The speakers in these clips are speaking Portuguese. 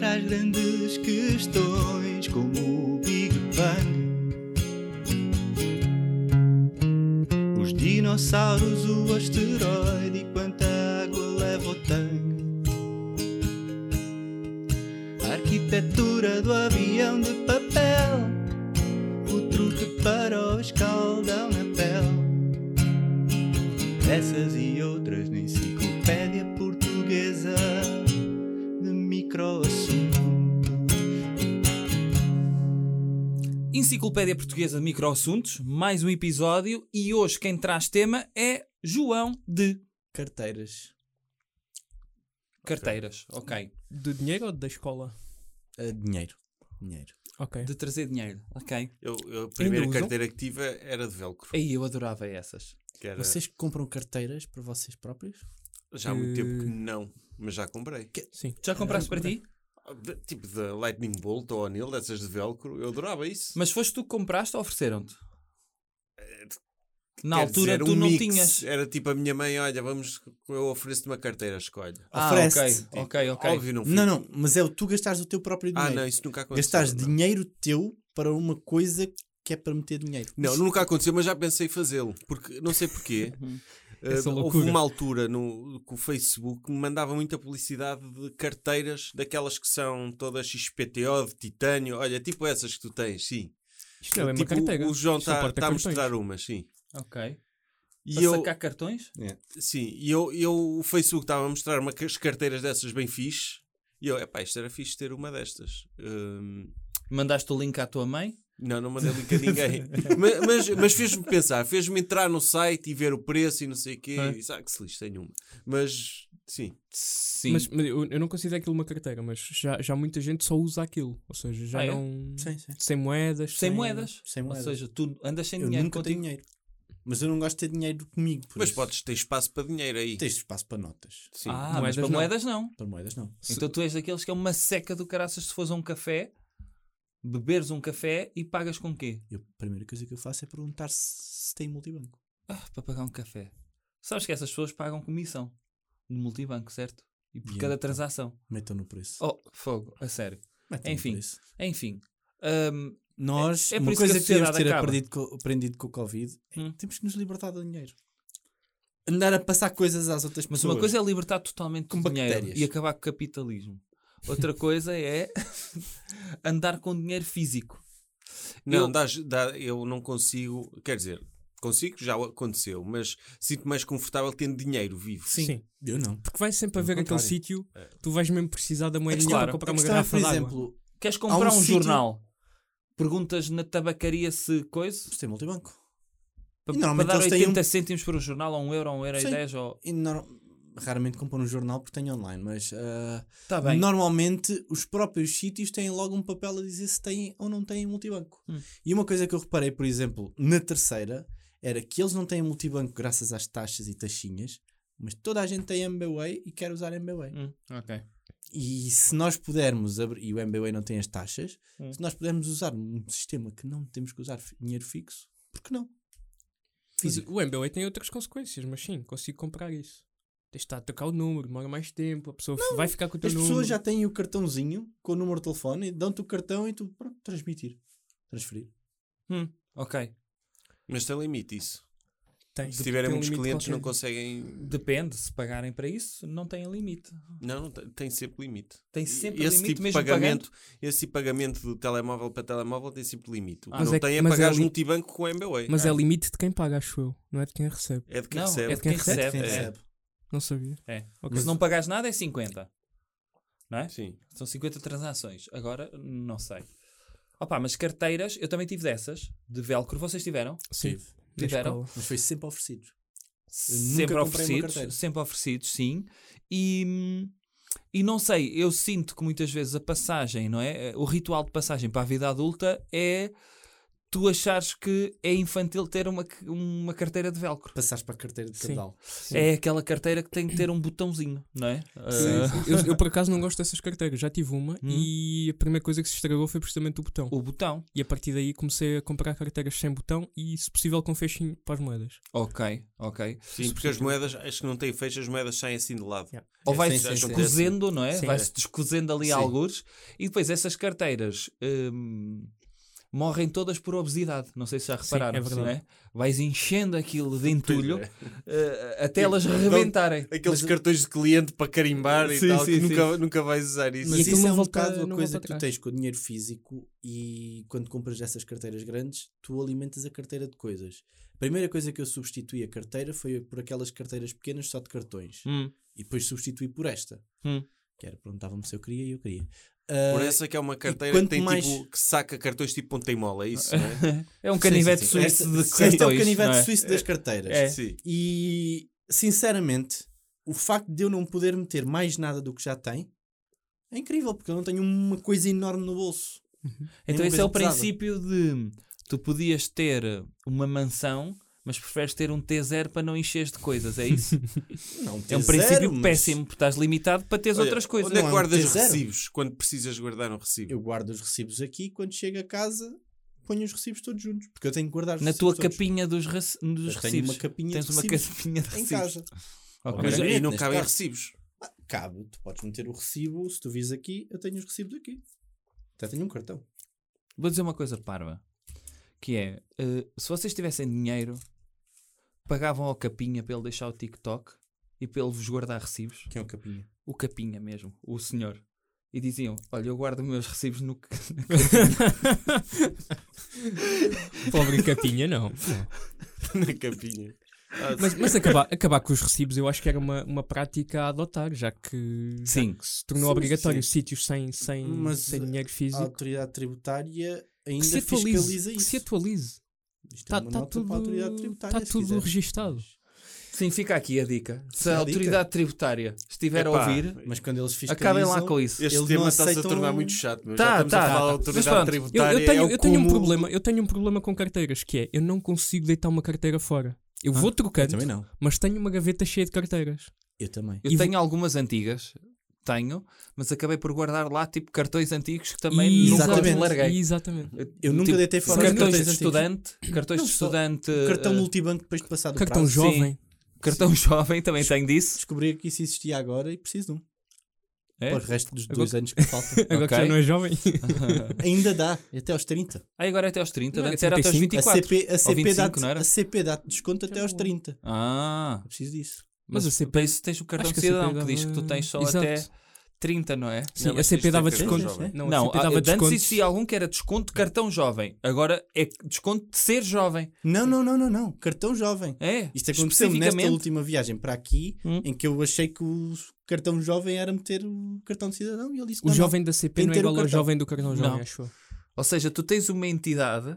grandes questões, como o Big Bang. Os dinossauros, o asteroide e quanta água leva o tanque. A arquitetura do avião de papel, o truque para o escaldão na pele. Essas e outras na enciclopédia portuguesa de microassuntos. Enciclopédia Portuguesa de Microassuntos, mais um episódio e hoje quem traz tema é João de Carteiras. Carteiras, ok. De dinheiro ou da escola? Ah, dinheiro. Dinheiro. Ok. De trazer dinheiro, ok. Eu, eu- a primeira usam? carteira ativa era de velcro. Aí eu adorava essas. Que era, Vocês que compram carteiras para vocês próprios? já há muito tempo que Eh, não, mas já comprei. Sim. Já compraste para ti? De- tipo da Lightning Bolt ou Anil, dessas de velcro, eu adorava isso. Mas foste tu que compraste ou ofereceram-te? Na Quer altura dizer, tu um não mix. tinhas. Era tipo a minha mãe: olha, vamos, eu ofereço-te uma carteira, escolhe. Ah, Oferece-te. ok, ok, ok. Óbvio, não fui. Não, não, mas é o tu gastares o teu próprio Ah, dinheiro. não, isso nunca aconteceu. gastares não. é? dinheiro teu para uma coisa que é para meter dinheiro. Não, nunca aconteceu, mas já pensei fazê-lo. Porque não sei porquê. Eh, Essa houve loucura. uma altura no que o Facebook me mandava muita publicidade de carteiras daquelas que são todas XPTO de titânio. Olha, tipo essas que tu tens, sim. Isto não é uma tipo, carteira. O João Isto está suporta tá a cartões. mostrar umas, sim. Ok. E Para eu, sacar cartões? sim, e eu, eu, o Facebook estava a mostrar uma, as carteiras dessas bem fixe. E eu, epá, isto era fixe ter uma destas. Hum, Mandaste o link à tua mãe? Não, não mandei link a ninguém. mas mas, mas fez-me pensar, fez-me entrar no site e ver o preço e não sei o quê. É. E disse, ah, que se lixe, tenho uma. Mas, sim. Sim. Mas, mas eu, eu não considero aquilo uma carteira, mas já, já muita gente só usa aquilo. Ou seja, já Ah, é? não. Sim, sim. Sem moedas. sem moedas. Sem Ou moedas. seja, tu andas sem eu dinheiro nunca tenho contigo. dinheiro. Mas eu não gosto de ter dinheiro comigo. Por Mas isso. podes ter espaço para dinheiro aí. Tens espaço para notas. Sim. Ah, mas Moedas para não. moedas não. Para moedas, não. Então tu és daqueles que é uma seca do caraças se fores a um café, beberes um café e pagas com quê? Eu, a primeira coisa que eu faço é perguntar se, se tem multibanco. Ah, para pagar um café. Sabes que essas pessoas pagam comissão no multibanco, certo? E por Yeah. cada transação. Metam no preço. Oh, fogo, a sério. Metam no enfim. preço. Enfim. hum, Nós, É- é por uma isso que a coisa que, temos sociedade ter acaba. aprendido co- aprendido com, o Covid é que Hum. temos que nos libertar do dinheiro. Andar a passar coisas às outras mas pessoas. uma coisa é libertar totalmente Com do dinheiro bactérias. e acabar com o capitalismo. Outra coisa é andar com dinheiro físico. Não, Eu- dás- dá- eu não consigo, quer dizer, consigo, já aconteceu, mas sinto mais confortável tendo dinheiro vivo. Sim. Eu não. Porque vais sempre haver aquele contrário. sítio, É. tu vais mesmo precisar da moeda Claro, para comprar A uma questão é, garrafa por de água. exemplo, Queres comprar um um, sítio- jornal? Perguntas na tabacaria se coisa? se tem multibanco. Para, E normalmente para dar eles têm 80 cêntimos por um jornal, ou um euro, ou um euro Sim. e 10, ou... E nor- Raramente compro no jornal porque tenho online, mas ah, Está bem. normalmente os próprios sítios têm logo um papel a dizer se têm ou não têm multibanco. Hum. E uma coisa que eu reparei, por exemplo, na terceira, era que eles não têm multibanco graças às taxas e taxinhas, mas toda a gente tem MBWay e quer usar MBWay. ok. E se nós pudermos abrir, e o MBWay não tem as taxas, Hum. se nós pudermos usar um sistema que não temos que usar fi- dinheiro fixo, por que não? Mas o MBA tem outras consequências, mas sim, consigo comprar isso. Tens de estar a trocar o número, demora mais tempo, a pessoa vai ficar com o teu As número. pessoas já têm o cartãozinho com o número de telefone, dão-te o cartão e tu, pronto, transmitir, transferir. Ok. Mas tem limite isso. Tem, Se tiverem tem um muitos limite clientes, não qualquer. conseguem. Depende, se pagarem para isso, não têm limite. Não, não tem- tem sempre limite. Tem E- sempre esse limite, tipo de mesmo pagamento, Esse tipo de pagamento do telemóvel para telemóvel tem sempre limite. O que Ah, mas não é que- tem é mas é pagar li- multibanco com o MBA. Mas é limite de quem paga, acho eu, não é de quem recebe. É de quem Não, recebe. é de quem recebe. Quem É. recebe? Não sabia. É. Ok. Se não pagares nada é 50. Não é? Sim. São 50 transações. Agora, não sei. Opa, mas carteiras, eu também tive dessas, de velcro. Vocês tiveram? Sim. na Tiveram? escola. Mas foi sempre oferecido. Eu nunca sempre comprei uma carteira. oferecidos, sempre oferecidos, sim. E, e não sei, eu Eh, sinto que muitas vezes a passagem, não é? O ritual de passagem para a vida adulta é tu achares que é infantil ter uma, uma carteira de velcro. Passares para a carteira de Sim. cardal. Sim. É aquela carteira que tem que ter um botãozinho, não é? Ah, Sim, sim. Eu, eu, por acaso não gosto dessas carteiras, já tive uma Hum. e a primeira coisa que se estragou foi precisamente o botão. o botão. E a partir daí comecei a comprar carteiras sem botão e, se possível, com fechinho para as moedas. Ok, ok. Sim, porque as moedas, acho que não tem fecho, as moedas saem assim de lado. Yeah. Ou Sim, vai-se sim, sim, sim. descozendo, não é? Sim. Vai-se descozendo ali Sim. alguns. E depois essas carteiras hum, morrem todas por obesidade. Não sei se já Sim, é repararam. verdade. não é? Vais enchendo aquilo de entulho é. Pois eh, até elas rebentarem. Aqueles cartões de cliente para carimbar Sim, e tal, sim, que nunca, nunca vais usar isso. Mas- Mas E isso aquilo não é um volta- bocado não a coisa volta que tu atrás. tens com o dinheiro físico e quando compras essas carteiras grandes, tu alimentas a carteira de coisas. A primeira coisa que eu substituí a carteira foi por aquelas carteiras pequenas só de cartões. Hum. E depois substituí por esta. Hum. Que era, perguntava-me se eu queria e eu queria. Por Ah, essa que é uma carteira que quanto tem mais- tipo que saca cartões tipo ponta e mola, é isso, não é? É um canivete sim, sim. suíço de Sim, Este é o cartões, não canivete é? suíço das carteiras. É. Sim. E sinceramente, o facto de eu não poder meter mais nada do que já tem é incrível, porque eu não tenho uma coisa enorme no bolso. Então Nenhuma esse é coisa o pesada. princípio de tu podias ter uma mansão, mas preferes ter um T0 para não encheres de coisas, é isso? Não, é um T0, princípio mas péssimo, porque estás limitado para teres Olha, outras coisas. Onde é não que é um guardas T0? recibos quando precisas guardar um recibo? Eu guardo os recibos aqui quando chego a casa ponho os recibos todos juntos, porque eu tenho que guardar os Na tua recibos todos. capinha dos, rece- dos Eu tenho recibos. uma capinha Tens de uma recibos capinha de em recibos. casa. Ok. Mas Obviamente, aí não neste cabem caso. recibos. Cabe, tu podes meter o recibo, se tu vis aqui, eu tenho os recibos aqui. Até tenho um cartão. Vou dizer uma coisa parva, que é, eh, se vocês tivessem dinheiro, pagavam ao capinha para ele deixar o TikTok e para ele vos guardar recibos? Que é um capinha. o capinha mesmo, o senhor, e diziam: Olha, eu guardo meus recibos no. ca- Pobre capinha, não. Na capinha. Ah, Mas, mas acabar, acabar com os recibos eu acho que era uma, uma prática a adotar, já que já Sim. que se tornou Sim, obrigatório sim. sítios sem, sem, Mas, sem dinheiro A físico. autoridade tributária Que ainda se fiscaliza atualize. Que isso. se atualize. Tá, Isto Está é uma nota para a autoridade tributária. se tá tudo quiser. registado. Sim, fica aqui a dica. Se a a dica. autoridade tributária estiver Epá, a ouvir, Mas quando eles fiscalizam. acabem lá com isso. Este Eles tema não está-se aceitam- a tornar muito chato. Meu. Tá, Já estamos tá, a falar tá. da Mas pronto, autoridade eu- Eu, tributária. eu, tenho, é o eu tenho um cúmulo- problema, eu tenho um problema com carteiras, que é eu não consigo deitar uma carteira fora. Eu Ah, vou Eu trocando, também não. mas tenho uma gaveta cheia de carteiras. Eu também. Eu E tenho algumas antigas, tenho, mas acabei por guardar lá tipo cartões antigos que também E- nunca Exatamente. larguei. Exatamente. Eu nunca Tipo, deitei fora cartões cartões de antigos. estudante, cartões Não, de só- estudante, Cartão eh, multibanco depois de passar do Cartão prazo. jovem. cartão jovem também tenho disso. Descobri que isso existia agora e preciso de um. É? Para o resto dos dois anos que faltam. Agora que Ok. já não é jovem. Ainda dá, até aos 30. Ah, agora é até aos 30, Não, antes é era até aos 35. A 24. CP, a, CP 25, não dá era? a CP dá desconto até aos 30. Eu Ah, preciso disso. mas, Mas a mas CP para isso tens o cartão de acho que a CP cidadão que diz que tu dava- tens só Exato. até 30, não é? Sim, Não, a mas CP isto dava é cartão desconto. jovem. Não, a Não, CP há- dava antes desconto. existia algum que era desconto de cartão jovem. Agora é desconto de ser jovem. Não, não, não, não, não. Cartão jovem. É? Isto aconteceu nesta especificamente. última viagem para aqui, Hum. em que eu achei que o cartão jovem era meter o cartão de cidadão e ele disse O não, não. jovem da CP Tem não é que ter o igual ao cartão. jovem do cartão jovem, Não. acho eu. Ou seja, tu tens uma entidade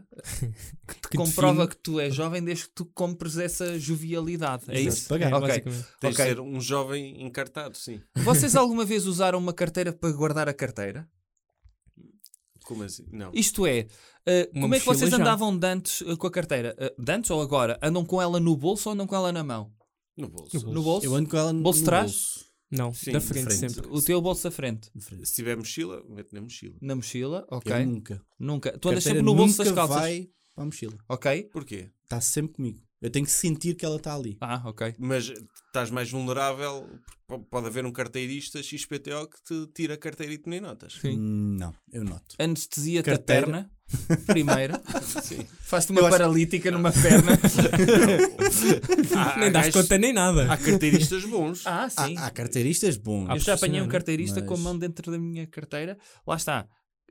que te Que comprova define. que tu és jovem desde que tu compres essa jovialidade. É Exato. isso? Pagar. É, Ok. basicamente. Tens Ok. de ser um jovem encartado, sim. Vocês alguma vez usaram uma carteira para guardar a carteira? Como assim? Não. Isto é, uh, Uma como é que vocês mochila já. andavam de antes uh, com a carteira? Uh, de antes ou agora? Andam com ela no bolso ou andam com ela na mão? No bolso. No bolso? Eu ando com ela no Bolso de no trás? bolso. Não, Sim, da de frente, frente. sempre. O teu bolso à frente? De frente. Se tiver mochila, mete na mochila. Na mochila? Ok. Eu nunca. Nunca. Tu andas Carteira sempre no bolso nunca das calças? vai para a mochila. Ok. Porquê? Está sempre comigo. Eu tenho que sentir que ela está ali. Ah, ok. Mas estás mais vulnerável. p- Pode haver um carteirista XPTO que te tira a carteira e tu nem notas. Sim. Não, eu noto. anestesia te a Carteira. perna primeiro, Sim. faz-te uma Eu acho- paralítica numa perna. Há- há Nem dás gajos- conta nem nada. Há carteiristas bons. ah, Há, sim. há carteiristas bons. eu já apanhei um carteirista ah, mas- com a mão dentro da minha carteira, lá está.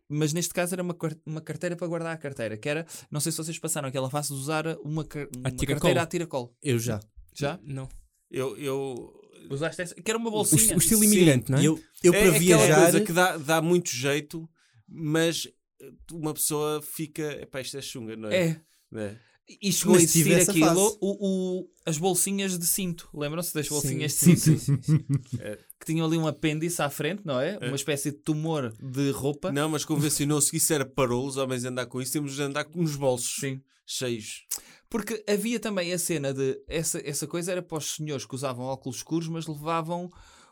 Mas neste caso era uma, car- uma carteira para guardar a carteira, que era, não sei se vocês passaram aquela fase de usar uma, car- uma tiracolo. carteira a tiracolo. Eu já. Ah. Já? Não. Eu. eu... Usaste essa? Que era uma O, bolsinha. est- o estilo Sim. imigrante, não é? Eu, eu é para aquela viajar. coisa que dá, dá muito jeito, mas eh, uma pessoa fica. Epá, isto é chunga, não é? É. Não é? E chegou Mas a existir tive essa aquilo, fase. o, o- as bolsinhas de cinto. Lembram-se das Sim, bolsinhas sim, de cinto? sim, sim, sim. Que tinham ali um apêndice à frente, não é? Uma espécie de tumor de roupa. Não, mas convencionou-se que isso era parou os homens a andar com isso, temos de andar com os bolsos Sim. cheios. Porque havia também a cena de. Essa, essa coisa era para os senhores que usavam óculos escuros, mas levavam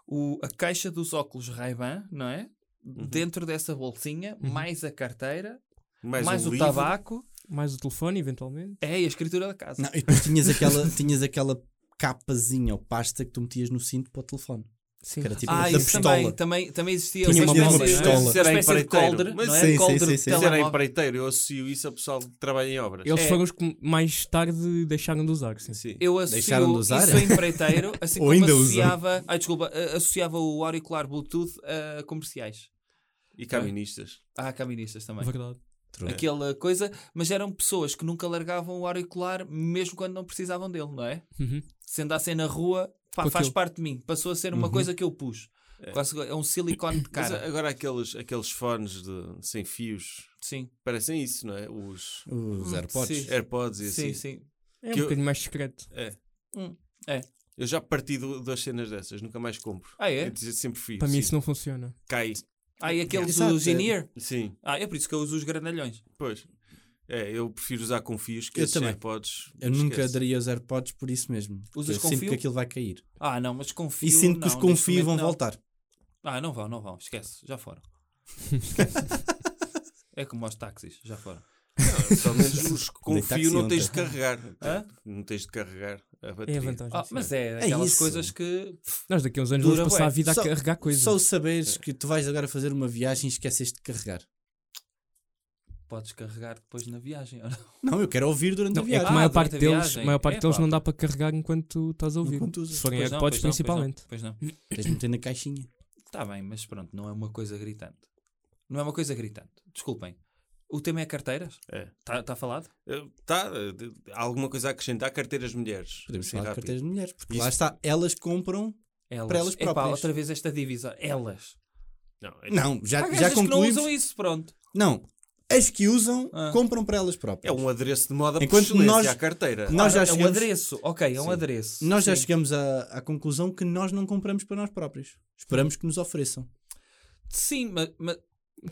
o, a caixa dos óculos Ray-Ban, não é? Dentro dessa bolsinha, mais a carteira, mais, Mais, um o livro. tabaco, Mais o telefone, eventualmente. é e a escritura da casa. Não, e depois tinhas aquela, tinhas aquela capazinha ou pasta que tu metias no cinto para o telefone. Sim. Que era tipo Ah, da isso pistola. também, também, também existia Tinha uma, uma espécie- pistola. uma Isso era em espécie de empreiteiro. coldre, Mas não é? sim, sim, coldre sim, de sim. Isso era telemóvel. empreiteiro, eu associo isso a pessoal que trabalha em obras. Eles É. foram os que mais tarde deixaram de usar, sim. Sim. Eu associo Deixaram de usar? isso a empreiteiro, assim Ou como ainda usam? associava, ai, desculpa, a- associava o auricular Bluetooth a comerciais. E caministas. Ah, caministas também. Verdade. Aquela coisa, mas eram pessoas que nunca largavam o auricular mesmo quando não precisavam dele, não é? Uhum. Sendo assim na rua, pá, Com faz aquilo. parte de mim. Passou a ser Uhum. uma coisa que eu pus. Quase- É um silicone de Mas cara. agora aqueles, aqueles fones de, sem fios Sim, parecem isso, não é? Os Os AirPods. Sim. AirPods e É, sim, assim. sim. É Que um eu- bocadinho mais discreto. Eu já parti do- das cenas dessas, nunca mais compro. Ah, é? Eu dizer sempre fio. Para mim sim. isso não funciona. Cai. Ah, e aqueles Exato, dos é. in-ear? Sim, Ah, é por isso que eu uso os granalhões. pois. É, eu prefiro usar com fios que Eu esses também. AirPods. Eu nunca esquece. daria os AirPods por isso mesmo. Usas eu com sinto fio? que aquilo vai cair. Ah, não, mas confio. E sinto que os não, com neste fio vão momento não. voltar. Ah, não vão, não vão. Esquece, já foram. Esquece. é como aos táxis, já foram. Pelo menos os que com Dei táxi fio não ontem. tens de carregar. Hã? Não tens de carregar a É bateria. a vantagem. Ah, sim. mas é aquelas isso. coisas que. Nós daqui a uns anos Dura vamos passar bué. a vida Só- a carregar coisas. Ah, Só saberes que tu vais agora fazer uma viagem e esqueceste de carregar. Podes carregar depois na viagem. ou não? Não, eu quero ouvir durante Não, é a que viagem. a Ah, maior durante parte a deles, viagem. a maior parte É, deles pá. não dá para carregar enquanto estás a ouvir. Enquanto usas. Se forem Pois não, AirPods, pois não, principalmente. Pois não. Tens de meter na caixinha. Está bem, mas pronto, não é uma coisa gritante. Não é uma coisa gritante. Desculpem. O tema é carteiras? É. Está falado? Eh, Tá, eh, de- de- há alguma coisa a acrescentar? Carteiras de mulheres. Podemos Sim, falar de rápido. carteiras de mulheres. Porque Isso. lá está, elas compram. Elas. Para elas É Epá, próprias. outra vez esta divisão. Elas. Não, é, Não, já, Há já gajas que não concluímos. usam isso, pronto. Não, as que usam Ah. compram para elas é próprias. um adereço de moda Enquanto Enquanto por nós- nós... à carteira. Nós já é um chegamos, adereço. Ok, é um Sim. adereço. nós já Sim. chegamos à, à conclusão que nós não compramos para nós próprios. Esperamos que nos ofereçam. Sim, mas, mas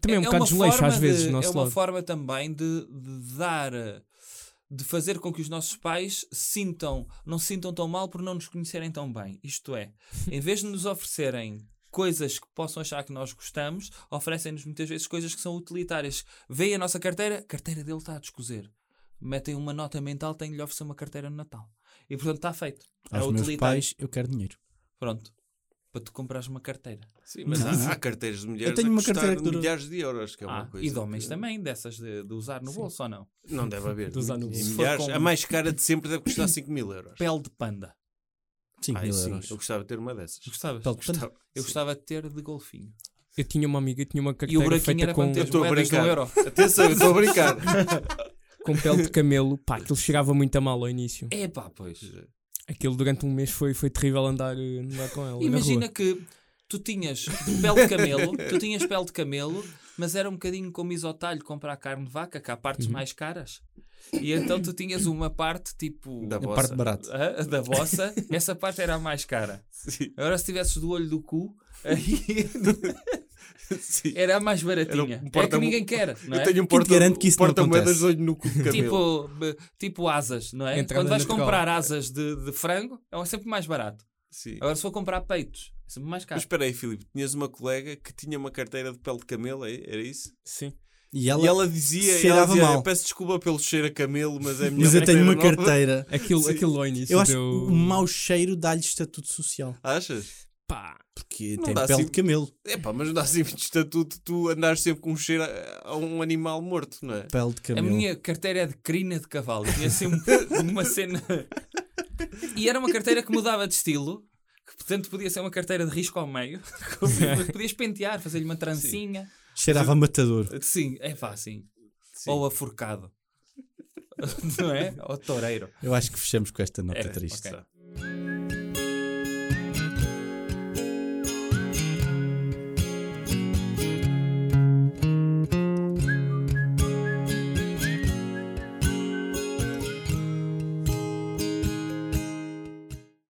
Também é um bocado uma desleixo às forma vezes de- do É nosso uma lado. forma também de, de dar, eh, de fazer com que os nossos pais sintam, não se sintam tão mal por não nos conhecerem tão bem. Isto é, em vez de nos oferecerem coisas que possam achar que nós gostamos, oferecem-nos muitas vezes coisas que são utilitárias. Vêem a nossa carteira, a carteira dele está a descozer. Metem uma nota mental, têm de lhe oferecer uma carteira no Natal. E portanto está feito. É Aos meus utilitário. pais, eu quero dinheiro. Pronto. Para tu comprares uma carteira. Sim, mas há, há carteiras de mulheres Eu tenho a uma custar carteira que dura- milhares de euros, que é uma Ah, coisa. e de homens que- também, dessas de, de usar no bolso ou não? Não deve haver. De usar no E bolso. Se for milhares, com- A mais cara de sempre deve custar 5 mil euros. Pele de panda. 5 Ah, mil sim, euros. eu gostava de ter uma dessas. Gostavas? Pelo- portanto, Gostava. Eu gostava de ter de golfinho. Eu tinha uma amiga, eu tinha uma E o carteira buraquinho feita era com, quando teres estou a moedas do brincar. euro. Atenção, eu estou a brincar. com pele de camelo. Pá, aquilo chegava muito a mal ao início. É pá, pois. Aquilo durante um mês foi, foi terrível andar, eh, andar com ela. Imagina na rua. que tu tinhas pele de camelo, tu tinhas pele de camelo, mas era um bocadinho como isotalho comprar carne de vaca, que há partes mais caras. E então tu tinhas uma parte tipo Da é A bossa. parte barata. hã, da bossa, essa parte era a mais cara. Agora se tivesses do olho do cu, aí Sim. era a mais Era baratinha. um é que porta- ninguém quer. Não é? Eu tenho um te porta, garanto que isso não porta-moedas acontece. olho no cu de cabelo. Tipo, b- tipo asas, não é? Entrada Quando vais natural. comprar asas de, de frango, é sempre mais barato. Sim. Agora, se for comprar peitos, é sempre mais caro. Mas espera aí, Filipe, tinhas uma colega que tinha uma carteira de pele de camelo, é- era isso? Sim. E ela, e ela dizia, e ela cheirava dizia mal. eu peço desculpa pelo cheiro a camelo, mas é a minha mas eu tenho uma nova." carteira. Aquilo, Sim. aquilo ao início Eu acho deu. que o mau cheiro dá-lhe estatuto social. Achas? Pá, Porque Não tem dá pele assim- de camelo. É pá, mas não dá assim muito estatuto tu andares sempre com um cheiro a, a um animal morto, não é? Pele de A camelo. minha carteira é de crina de cavalo. Tinha assim um- uma cena. E era uma carteira que mudava de estilo. Que, portanto, podia ser uma carteira de risco ao meio. Mas podias pentear, fazer-lhe uma trancinha. Cheirava a matador. Sim, é pá, sim. Sim. Ou aforcado. não é? Ou toureiro. Eu acho que fechamos com esta nota É, triste. ok. Tá.